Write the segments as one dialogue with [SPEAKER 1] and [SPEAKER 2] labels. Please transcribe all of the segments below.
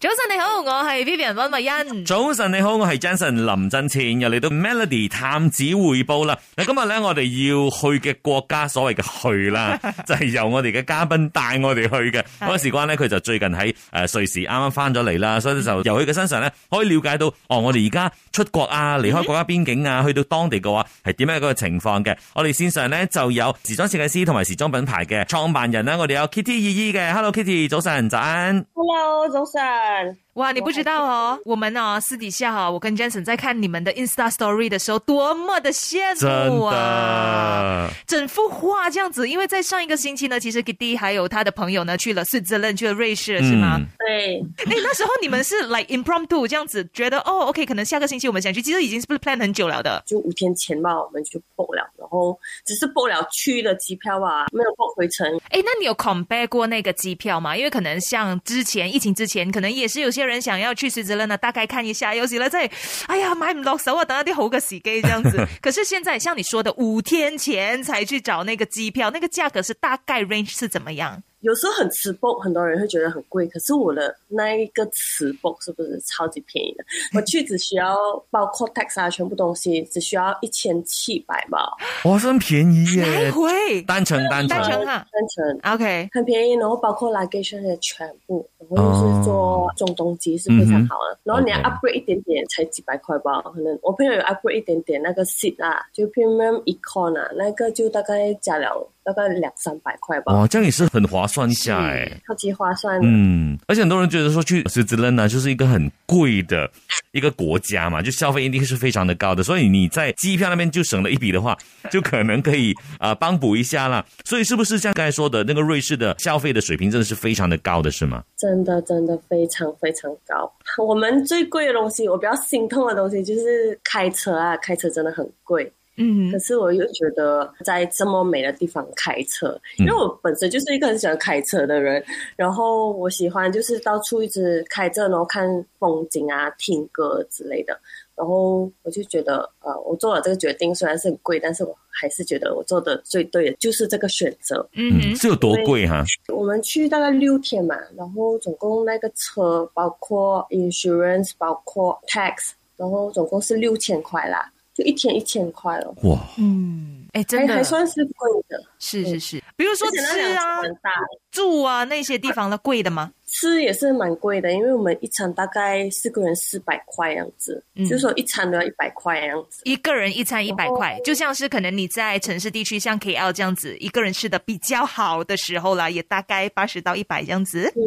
[SPEAKER 1] 早晨你好，我係 Vivian 温慧欣。
[SPEAKER 2] 早晨，你好，我係 Jensen 林振前，又嚟到 Melody 探子匯報啦。嗱，今日咧我哋要去嘅國家，所謂嘅去啦，就係由我哋嘅嘉賓帶我哋去嘅。嗰事關呢，佢就最近喺誒瑞士啱啱翻咗嚟啦，所以就由佢嘅身上咧，可以了解到哦，我哋而家出國啊，離開國家邊境啊，去到當地嘅話係點樣一個情況嘅。我哋線上咧就有時裝設計師同埋時裝品牌嘅創辦人啦，我哋有 Kitty 姨姨嘅，Hello Kitty，早晨，早安。
[SPEAKER 3] Hello，早晨。
[SPEAKER 1] 哇，你不知道哦，我们哦私底下哈、哦，我跟 Jensen 在看你们的 Insta Story 的时候，多么的羡
[SPEAKER 2] 真
[SPEAKER 1] 慕啊！
[SPEAKER 2] 的。
[SPEAKER 1] 整幅画这样子，因为在上一个星期呢，其实 Kitty 还有他的朋友呢去了 Switzerland，去了瑞士，是吗？
[SPEAKER 2] 嗯
[SPEAKER 3] 对，
[SPEAKER 1] 那那时候你们是 like impromptu 这样子，觉得哦，OK，可能下个星期我们想去，其实已经是不是 plan 很久了的？
[SPEAKER 3] 就五天前吧，我们去 book 了，然后只是 book 了去的机票啊，没有 book 回程。
[SPEAKER 1] 哎，那你有 compare 过那个机票吗？因为可能像之前疫情之前，可能也是有些人想要去瑞士了呢，大概看一下，有时呢真系，哎呀买唔落手啊，等下啲好嘅時機这样 子。可是现在像你说的，五天前才去找那个机票，那个价格是大概 range 是怎么样？
[SPEAKER 3] 有时候很迟 book，很多人会觉得很贵，可是我的那一个迟 book 是不是超级便 宜的？我去只需要包括 tax 啊，全部东西只需要一千七百吧，
[SPEAKER 2] 哇，真便宜
[SPEAKER 1] 来
[SPEAKER 2] 耶！
[SPEAKER 1] 回
[SPEAKER 2] 单程单程
[SPEAKER 1] 单程啊
[SPEAKER 3] 单程
[SPEAKER 1] ，OK，
[SPEAKER 3] 很便宜，然后包括 luggage 那些全部，然后又是坐中东机是非常好的。然后你要
[SPEAKER 2] 哦嗯 OK
[SPEAKER 3] upgrade 一点点，才几百块吧？可能我朋友有 upgrade 一点点那个 seat 啊，就 premium econ 啊，那个就大概加了大概两三百块吧，
[SPEAKER 2] 哇，这样也是很划算下哎。
[SPEAKER 3] 超级划算的。
[SPEAKER 2] 哦嗯，而且很多人觉得说去斯兹兰呢，就是一个很贵的一个国家嘛，就消费一定是非常的高的，所以你在机票那边就省了一笔的话，就可能可以啊、呃帮补一下啦。所以是不是像刚才说的那个瑞士的消费的水平真的是非常的高的，是吗？
[SPEAKER 3] 真的真的非常非常高。我们最贵的东西，我比较心痛的东西就是开车啊，开车真的很贵。
[SPEAKER 1] 嗯
[SPEAKER 3] 可，是我又觉得在这么美的地方开车，因为我本身就是一个很喜欢开车的人，然后我喜欢就是到处一直开着，然后看风景啊、听歌之类的。然后我就觉得，呃，我做了这个决定，虽然是很贵，但是我还是觉得我做的最对的就是这个选择。
[SPEAKER 1] 嗯
[SPEAKER 2] 嗯，
[SPEAKER 1] 哼，
[SPEAKER 2] 是有多贵哈、
[SPEAKER 3] 我们去大概六天嘛，然后总共那个车包括 insurance，包括 tax，然后总共是六千块啦，就一天一千块哦，
[SPEAKER 2] 哇，
[SPEAKER 1] 嗯，哎，真
[SPEAKER 3] 还
[SPEAKER 1] 的
[SPEAKER 3] 还算是贵的。
[SPEAKER 1] 是是是，比如说
[SPEAKER 3] 而且那
[SPEAKER 1] 吃啊
[SPEAKER 3] 两、餐大，
[SPEAKER 1] 住啊那些地方的贵的吗？
[SPEAKER 3] 吃也是蛮贵的，因为我们一餐大概四个人四百块样子，
[SPEAKER 1] 嗯
[SPEAKER 3] 就是说一餐都要一百块样子。
[SPEAKER 1] 一个人一餐一百块
[SPEAKER 3] 哦，
[SPEAKER 1] 就像是可能你在城市地区，像 KL 这样子，一个人吃的比较好的时候啦，也大概八十到一百这样 子。
[SPEAKER 3] 嗯，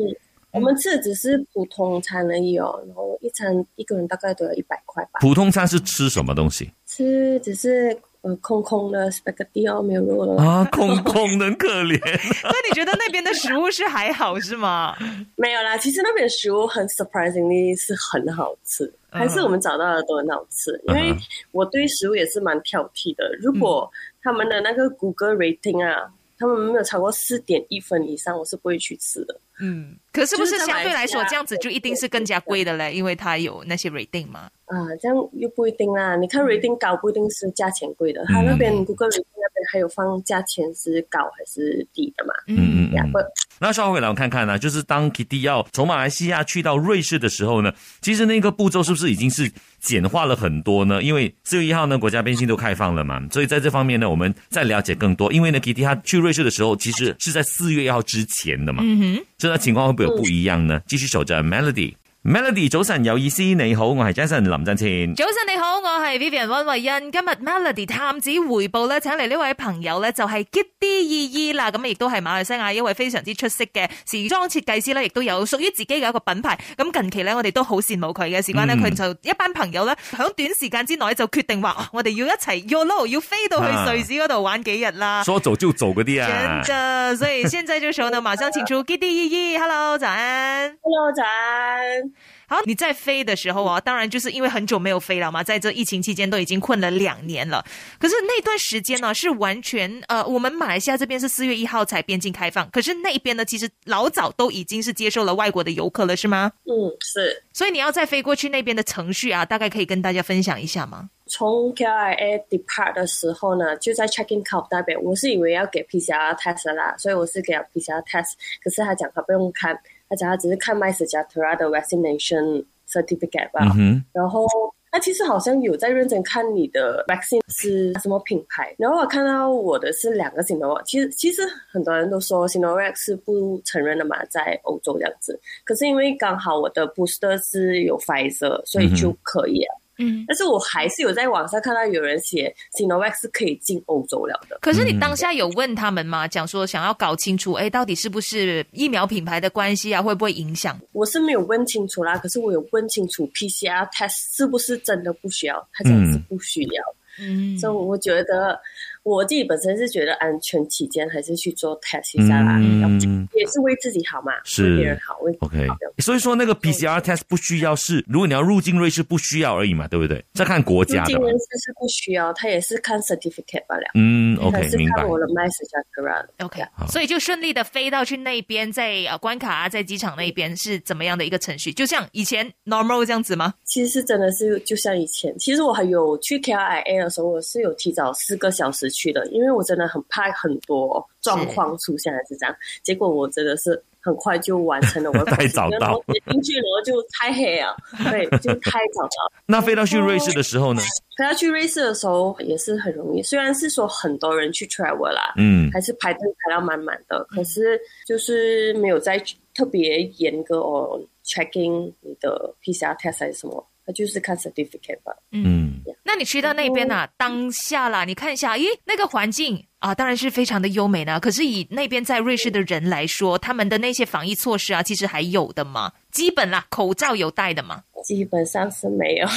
[SPEAKER 3] 我们吃的只是普通餐而已哦，然后一餐一个人大概都要一百块吧。
[SPEAKER 2] 普通餐是吃什么东西
[SPEAKER 3] 吃只是呃空空的 spaghetti 哦，没有肉了，
[SPEAKER 2] 啊？空空的很可怜。
[SPEAKER 1] 所以你觉得那边的食物是还好是吗？
[SPEAKER 3] 没有啦。其实那边的食物很 surprisingly 是很好吃，
[SPEAKER 1] 嗯
[SPEAKER 3] 还是我们找到的都很好吃，因为
[SPEAKER 2] 嗯哼嗯
[SPEAKER 3] 我对食物也是蛮挑剔的。如果他们的那个谷歌 rating 啊，他们没有超过四点一分以上，我是不会去吃的。
[SPEAKER 1] 嗯，可是不是
[SPEAKER 3] 就是在
[SPEAKER 1] 相对来说
[SPEAKER 3] 马来西亚
[SPEAKER 1] 这样子就一定是更加贵的嘞？因为它有那些 rating 嘛。
[SPEAKER 3] 啊，这样又不一定啦。你看
[SPEAKER 2] 嗯
[SPEAKER 3] rating 高不一定是价钱贵的，它那边 Google rating 那边还有放价钱是高还是低的嘛？
[SPEAKER 2] 嗯嗯
[SPEAKER 3] 呀
[SPEAKER 2] 嗯
[SPEAKER 3] 不，
[SPEAKER 2] 那稍后回来我们看看呢、就是当 Kitty 要从马来西亚去到瑞士的时候呢，其实那个步骤是不是已经是简化了很多呢？因为四月一号呢，国家边境都开放了嘛，所以在这方面呢，我们再了解更多。因为呢，Kitty 她去瑞士的时候，其实是在四月一号之前的嘛，
[SPEAKER 1] 嗯哼，
[SPEAKER 2] 所以呢情况会不会有不一样呢？继续守着 Melody。Melody 早晨有意思，你好，我系 Jason 林振前。
[SPEAKER 1] 早晨你好，我系 Vivian 温慧欣，今日 Melody 探子回報咧，請嚟呢位朋友咧就係 Kitty 意意啦，咁亦都係馬來西亞一位非常之出色嘅時裝設計師咧，亦都有屬於自己嘅一個品牌。咁近期咧，我哋都好羨慕佢嘅，事關呢，
[SPEAKER 2] 嗯
[SPEAKER 1] 佢就一班朋友咧，響短時間之內就決定話，哦我哋要一齊 YOLO，要飛到去
[SPEAKER 2] 啊
[SPEAKER 1] 瑞士嗰度玩幾日啦。
[SPEAKER 2] 说走就走嗰啲啊
[SPEAKER 1] 真，的，所以現在這時 候呢，馬上請出 Kitty 意意，Hello，早安。
[SPEAKER 3] Hello，早安。
[SPEAKER 1] 好，你在飞的时候啊，当然就是因为很久没有飞了嘛，在这疫情期间都已经困了两年了。可是那段时间呢，是完全呃，我们马来西亚这边是四月一号才边境开放，可是那一边呢，其实老早都已经是接受了外国的游客了，是吗？
[SPEAKER 3] 嗯，是
[SPEAKER 1] 所以你要再飞过去那边的程序啊，大概可以跟大家分享一下吗？
[SPEAKER 3] 从 KLIA depart 的时候呢，就在 check in counter 那边，我是以为要给 PCR test 的啦，所以我是给了 PCR test，可是他讲他不用看，他他讲他只是看麦斯加特拉的 vaccination certificate 吧，
[SPEAKER 2] 嗯哼，
[SPEAKER 3] 然后他其实好像有在认真看你的 vaccine 是什么品牌，然后我看到我的是两个 Sinovac，其实其实很多人都说 Sinovac 是不承认的嘛，在欧洲这样子，可是因为刚好我的 booster 是有 Pfizer，所以就可以了。
[SPEAKER 1] 嗯。
[SPEAKER 3] 但是我还是有在网上看到有人写 Sinovac 是可以进欧洲了的。
[SPEAKER 1] 可是你当下有问他们吗？讲说想要搞清楚，哎，到底是不是疫苗品牌的关系啊？会不会影响？
[SPEAKER 3] 我是没有问清楚啦，可是我有问清楚 PCR test 是不是真的不需要，他讲是不需要。
[SPEAKER 1] 嗯，
[SPEAKER 3] 所以我觉得我自己本身是觉得安全起见，还是去做 test 一下啦，
[SPEAKER 2] 嗯
[SPEAKER 3] 要不也是为自己好嘛，
[SPEAKER 2] 是
[SPEAKER 3] 为别人好，为自己
[SPEAKER 2] ，OK
[SPEAKER 3] 好这样。。
[SPEAKER 2] 所以说那个 PCR test 不需要是，如果你要入境瑞士不需要而已嘛，对不对？再看国
[SPEAKER 3] 入
[SPEAKER 2] 家的
[SPEAKER 3] 境
[SPEAKER 2] 吧
[SPEAKER 3] 人。士是不需要，他也是看 certificate 罢了。
[SPEAKER 2] 嗯
[SPEAKER 3] 他
[SPEAKER 2] ，OK，
[SPEAKER 3] 是
[SPEAKER 2] 明白
[SPEAKER 3] 看。我的 message 啊 r
[SPEAKER 1] OK，
[SPEAKER 2] 好
[SPEAKER 1] 所以就顺利的飞到去那边，在呃关卡啊，在机场那边是怎么样的一个程序？就像以前 normal 这样子吗？
[SPEAKER 3] 其实是真的是就像以前，其实我还有去 KIA 的时候，我是有提早四个小时去的，因为我真的很怕很多状况出现，还是这样。结果我真的是很快就完成了我的
[SPEAKER 2] 太早到
[SPEAKER 3] 然后我进去，然后就太黑了， 对，就太早到。
[SPEAKER 2] 那飞到去瑞士的时候呢？
[SPEAKER 3] 可要去瑞士的时候也是很容易，虽然是说很多人去 travel 啦，
[SPEAKER 2] 嗯
[SPEAKER 3] 还是排队排到满满的，可是就是没有在特别严格哦 checking 你的 PCR test 还是什么，它就是看 certificate 吧。
[SPEAKER 2] 嗯，
[SPEAKER 1] 那你去到那边啊，当下啦，你看一下，咦，那个环境啊，当然是非常的优美呢。可是以那边在瑞士的人来说，他们的那些防疫措施啊，其实还有的嘛，基本啦，口罩有戴的嘛，
[SPEAKER 3] 基本上是没有，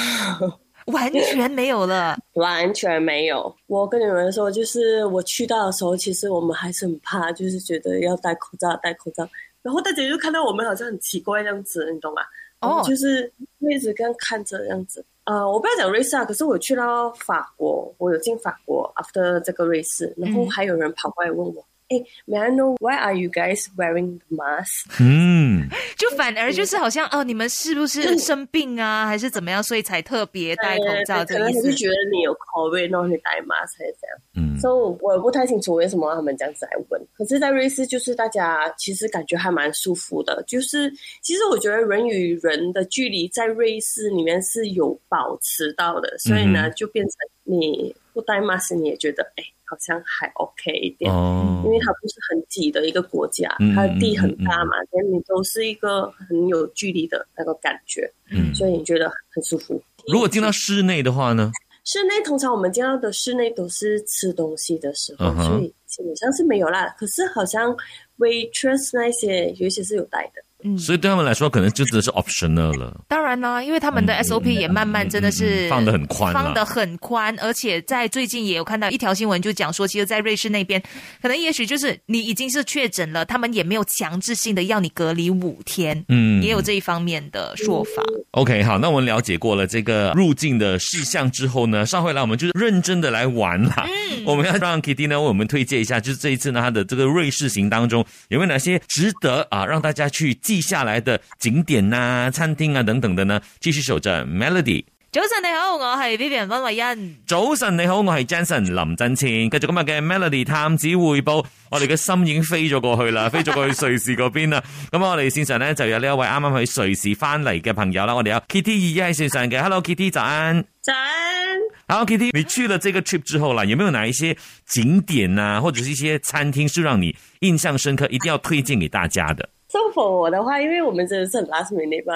[SPEAKER 1] 完全没有了。
[SPEAKER 3] 完全没有。我跟你们说，就是我去到的时候，其实我们还是很怕，就是觉得要戴口罩，戴口罩。然后大家就看到我们好像很奇怪这样子，你懂吗？
[SPEAKER 1] 哦
[SPEAKER 3] 就是一直这样看着这样子。啊，我不要讲瑞士啊，可是我去到法国，我有进法国 after 这个瑞士，然后
[SPEAKER 1] 嗯
[SPEAKER 3] 还有人跑过来问我，哎、m a y I know why are you guys wearing the mask？
[SPEAKER 2] 嗯，
[SPEAKER 1] 就反而就是好像哦，你们是不是生病啊，还是怎么样，所以才特别戴口罩
[SPEAKER 3] 呃
[SPEAKER 1] 这
[SPEAKER 3] 可
[SPEAKER 1] 个
[SPEAKER 3] 能
[SPEAKER 1] 意
[SPEAKER 3] 他就
[SPEAKER 1] 思？
[SPEAKER 3] 觉得你有 COVID，然后你戴 mask 还是怎样。
[SPEAKER 2] 嗯
[SPEAKER 3] 所以我也不太清楚为什么他们这样子来问。可是，在瑞士就是大家其实感觉还蛮舒服的，就是其实我觉得人与人的距离在瑞士里面是有保持到的，所以呢，
[SPEAKER 2] 嗯
[SPEAKER 3] 就变成你不戴 mask 你也觉得哎，好像还 OK 一点。
[SPEAKER 2] 哦
[SPEAKER 3] 因为它不是很挤的一个国家
[SPEAKER 2] 嗯，
[SPEAKER 3] 它地很大嘛，所以你都是一个很有距离的那个感觉，
[SPEAKER 2] 嗯
[SPEAKER 3] 所以你觉得很舒服。
[SPEAKER 2] 如果进到室内的话呢？
[SPEAKER 3] 室内通常我们见到的室内都是吃东西的时候
[SPEAKER 2] 嗯哼
[SPEAKER 3] 所以基本上是没有啦。可是好像 waitress 那些有一些是有带的，
[SPEAKER 1] 嗯，
[SPEAKER 2] 所以对他们来说，可能就只是 optional 了。
[SPEAKER 1] 当然啦，因为他们的
[SPEAKER 2] 嗯
[SPEAKER 1] SOP 也慢慢真的
[SPEAKER 2] 嗯嗯
[SPEAKER 1] 是、
[SPEAKER 2] 嗯放得很宽啦
[SPEAKER 1] 放得很宽，而且在最近也有看到一条新闻，就讲说，其实，在瑞士那边，可能也许就是你已经是确诊了，他们也没有强制性的要你隔离五天，
[SPEAKER 2] 嗯，
[SPEAKER 1] 也有这一方面的说法。
[SPEAKER 2] OK，好，那我们了解过了这个入境的事项之后呢，上回来我们就是认真的来玩啦。嗯， 我们要让 Kitty 呢为我们推介一下，就是这一次呢他的这个瑞士行当中有没有哪些值得啊让大家去记下来的景点呐、餐厅啊等等的呢？继续守着 Melody。
[SPEAKER 1] 早晨你好，我系 Vivian 温慧欣。
[SPEAKER 2] 早晨，你好，我系 Jensen 林振前，繼續今日嘅 Melody 探子匯報，我哋嘅心已經飛咗過去啦，飛咗過去瑞士嗰邊啦。咁我哋線上咧就有呢一位啱啱去瑞士翻嚟嘅朋友啦，我哋有 Kitty 二喺線上嘅，Hello Kitty 早安。
[SPEAKER 3] 早安。
[SPEAKER 2] 好，Kitty，你去了这个 trip 之后啦，有没有哪一些景点啊，或者是一些餐廳是讓你印象深刻，一定要推荐给大家的？
[SPEAKER 3] So for 我的话，因为我们真的是很 last minute 嘛，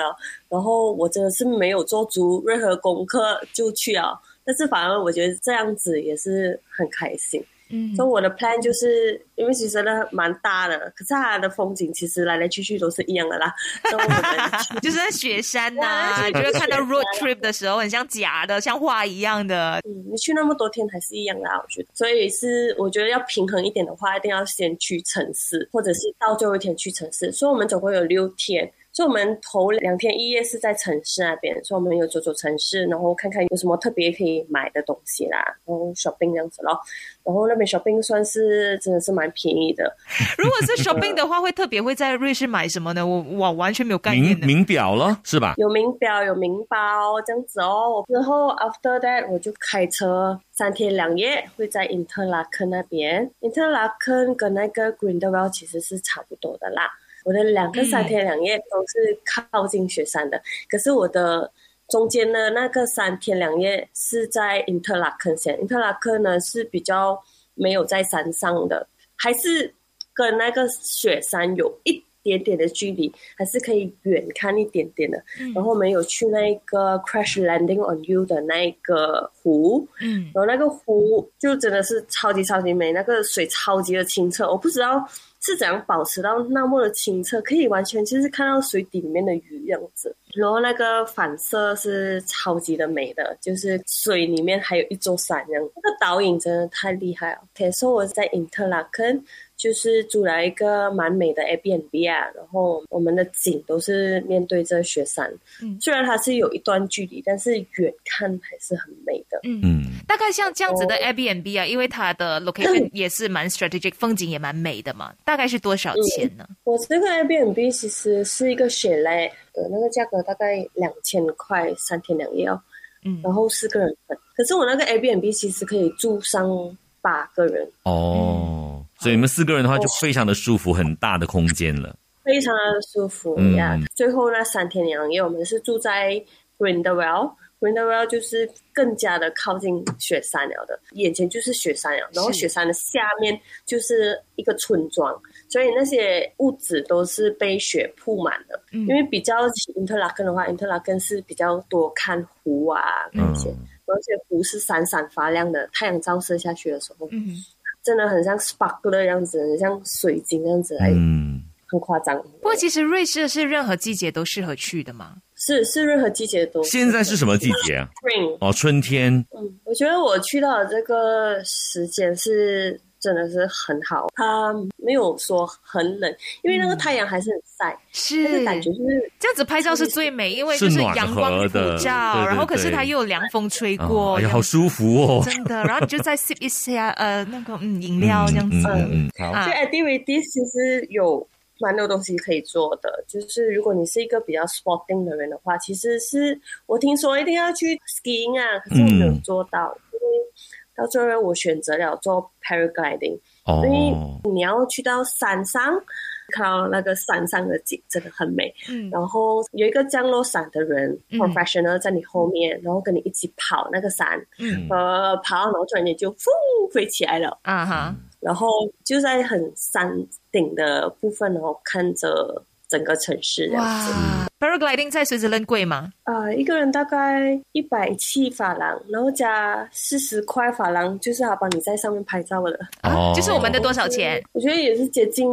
[SPEAKER 3] 然后我真的是没有做足任何功课就去啊，但是反而我觉得这样子也是很开心。
[SPEAKER 1] 嗯
[SPEAKER 3] 所以我的 plan 就是因为其实呢蛮大的，可是它的风景其实来来去去都是一样的啦。那我们去
[SPEAKER 1] 就是在雪山呐、
[SPEAKER 3] 对
[SPEAKER 1] 你就会看到 road trip 的时候，很像假的，像画一样的。
[SPEAKER 3] 嗯，你去那么多天还是一样啦，我觉得。所以是我觉得要平衡一点的话，一定要先去城市，或者是到最后一天去城市。所以我们总共有六天，所以我们头两天一夜是在城市那边，所以我们有走走城市，然后看看有什么特别可以买的东西啦，然后 shopping 这样子咯。然后那边 shopping 算是真的是蛮便宜的，
[SPEAKER 1] 如果是 shopping 的话，会特别会在瑞士买什么呢？我我完全没有概念
[SPEAKER 2] 名
[SPEAKER 1] 的。
[SPEAKER 2] 名表咯，是吧？
[SPEAKER 3] 有名表有名包这样子哦。之后 after that 我就开车三天两夜会在因特拉肯那边，因特拉肯跟那个 Grindelwald 其实是差不多的啦。我的两个三天两夜都是靠近雪山的，可是我的中间呢，那个三天两夜是在因特拉肯县，因特拉肯呢是比较没有在山上的，还是跟那个雪山有一点点的距离，还是可以远看一点点的。然后我们有去那个 Crash Landing on You 的那个湖，
[SPEAKER 1] 嗯，
[SPEAKER 3] 然后那个湖就真的是超级超级美，那个水超级的清澈，我不知道是怎样保持到那么的清澈，可以完全就是看到水底里面的鱼这样子。然后那个反射是超级的美的，就是水里面还有一座山这样。那个导引真的太厉害了。OK，所、以我在因特拉肯就是租了一个蛮美的 Airbnb 啊，然后我们的景都是面对着雪山，
[SPEAKER 1] 嗯
[SPEAKER 3] 虽然它是有一段距离，但是远看还是很美的。
[SPEAKER 2] 嗯，
[SPEAKER 1] 大概像这样
[SPEAKER 3] 哦
[SPEAKER 1] 子的 Airbnb 啊，因为它的 location 也是蛮 strategic，风景也蛮美的嘛。大概是多少钱呢？
[SPEAKER 3] 我这个 Airbnb 其实是一个雪莱，呃，那个价格大概两千块三天两夜哦，
[SPEAKER 1] 嗯
[SPEAKER 3] 然后四个人份。可是我那个 Airbnb 其实可以住上八个人，
[SPEAKER 2] 哦，所以你们四个人的话就非常的舒服，很大的空间了。
[SPEAKER 3] 非常的舒服
[SPEAKER 2] 嗯
[SPEAKER 3] 呀。最后那三天两夜，我们是住在 Grindelwald。Grindelwald 就是更加的靠近雪山了的，眼前就是雪山了，然后
[SPEAKER 1] 是
[SPEAKER 3] 雪山的下面就是一个村庄，所以那些屋子都是被雪铺满的。
[SPEAKER 1] 嗯
[SPEAKER 3] 因为比较起因特拉根的话，因特拉根是比较多看湖啊那些，
[SPEAKER 2] 嗯
[SPEAKER 3] 而且湖是闪闪发亮的，太阳照射下去的时候，
[SPEAKER 1] 嗯，
[SPEAKER 3] 真的很像 sparkle 的样子，很像水晶这样子，哎、
[SPEAKER 2] 嗯，
[SPEAKER 3] 很夸张。
[SPEAKER 1] 不过其实瑞士是任何季节都适合去的嘛。
[SPEAKER 3] 是是任何季节都。
[SPEAKER 2] 现在是什么季节啊？
[SPEAKER 3] spring，
[SPEAKER 2] 哦，春天。
[SPEAKER 3] 嗯，我觉得我去到的这个时间是真的是很好，它没有说很冷，因为那
[SPEAKER 2] 嗯
[SPEAKER 3] 个太阳还是很晒，
[SPEAKER 1] 是
[SPEAKER 3] 但是感觉就是
[SPEAKER 1] 这样子拍照是最美，因为就是是
[SPEAKER 2] 暖
[SPEAKER 1] 阳光
[SPEAKER 2] 和
[SPEAKER 1] 普
[SPEAKER 2] 的对
[SPEAKER 1] 照，
[SPEAKER 2] 对
[SPEAKER 1] 然后可是
[SPEAKER 2] 对
[SPEAKER 1] 它又有凉风吹
[SPEAKER 2] 哦
[SPEAKER 1] 过，
[SPEAKER 2] 哎呀，
[SPEAKER 1] 这样
[SPEAKER 2] 好舒服哦。
[SPEAKER 1] 真 的。然后你就再 sip 一下呃那个嗯饮料这样子。
[SPEAKER 2] 嗯嗯嗯，好。
[SPEAKER 1] 啊
[SPEAKER 3] 就 activities 其实有蛮多东西可以做的，就是如果你是一个比较 sporting 的人的话，其实是我听说一定要去 skiing 啊，可是我
[SPEAKER 2] 嗯
[SPEAKER 3] 没有做到，因为到最后我选择了做 paragliding，因
[SPEAKER 2] 哦，
[SPEAKER 3] 为你要去到山上，看到那个山上的景真的很美，
[SPEAKER 1] 嗯
[SPEAKER 3] 然后有一个降落伞的人、
[SPEAKER 1] 嗯
[SPEAKER 3] professional 在你后面，然后跟你一起跑那个伞，
[SPEAKER 1] 嗯
[SPEAKER 3] 呃，跑，然后突然间就嗡飞起来了。
[SPEAKER 1] 啊哈，
[SPEAKER 3] 然后就在很山顶的部分，然后看着整个城市这样子。
[SPEAKER 1] 哇，paragliding 在瑞士人贵吗？
[SPEAKER 3] 呃，一个人大概一百七法郎，然后加四十块法郎，就是他帮你在上面拍照的。
[SPEAKER 2] 哦
[SPEAKER 1] 啊，就是我们的多少钱？
[SPEAKER 3] 嗯我觉得也是接近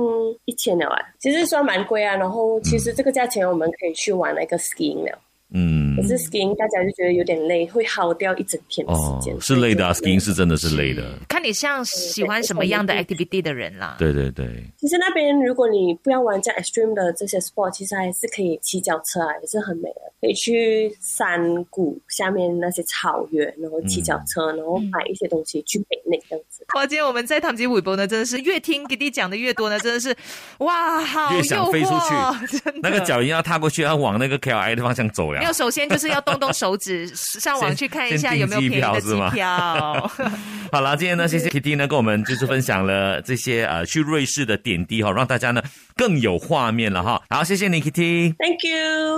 [SPEAKER 3] 一千了啊，其实算蛮贵啊。然后其实这个价钱我们可以去玩那个 skiing 了，
[SPEAKER 2] 嗯
[SPEAKER 3] 可，是 skiing 大家就觉得有点累，会耗掉一整天的时
[SPEAKER 2] 哦
[SPEAKER 3] 间。，
[SPEAKER 2] 是累的啊
[SPEAKER 3] 所以
[SPEAKER 2] ，skiing
[SPEAKER 3] 就是
[SPEAKER 2] 真的是累的。
[SPEAKER 1] 看你像喜欢什么样
[SPEAKER 3] 嗯
[SPEAKER 1] 的 activity 的人啦。
[SPEAKER 2] 对对对，
[SPEAKER 3] 其实那边如果你不要玩这样 extreme 的这些 sport，其实还是可以骑脚车啊，也是很美的。可以去山谷下面那些草原，然后骑
[SPEAKER 2] 嗯
[SPEAKER 3] 脚车，然后买一些东西去北内这样子。
[SPEAKER 1] 哇，今天我们在谈及微博呢，真的是越听给你讲的越多呢，真的是哇，好
[SPEAKER 2] 越想
[SPEAKER 1] 诱
[SPEAKER 2] 飞出
[SPEAKER 1] 惑，真的。
[SPEAKER 2] 那个脚印啊要踏过去，要往那个 KLI 的方向走了
[SPEAKER 1] 没。有，首先就是要动动手指，上网去看一下有没有便宜的
[SPEAKER 2] 先订机票是
[SPEAKER 1] 机
[SPEAKER 2] 吗
[SPEAKER 1] 票。
[SPEAKER 2] 好啦，今天呢，谢谢 Kitty 呢，跟我们就是分享了这些呃去瑞士的点滴哈、让大家呢更有画面了哈。好，谢谢你，Kitty。
[SPEAKER 3] Thank you。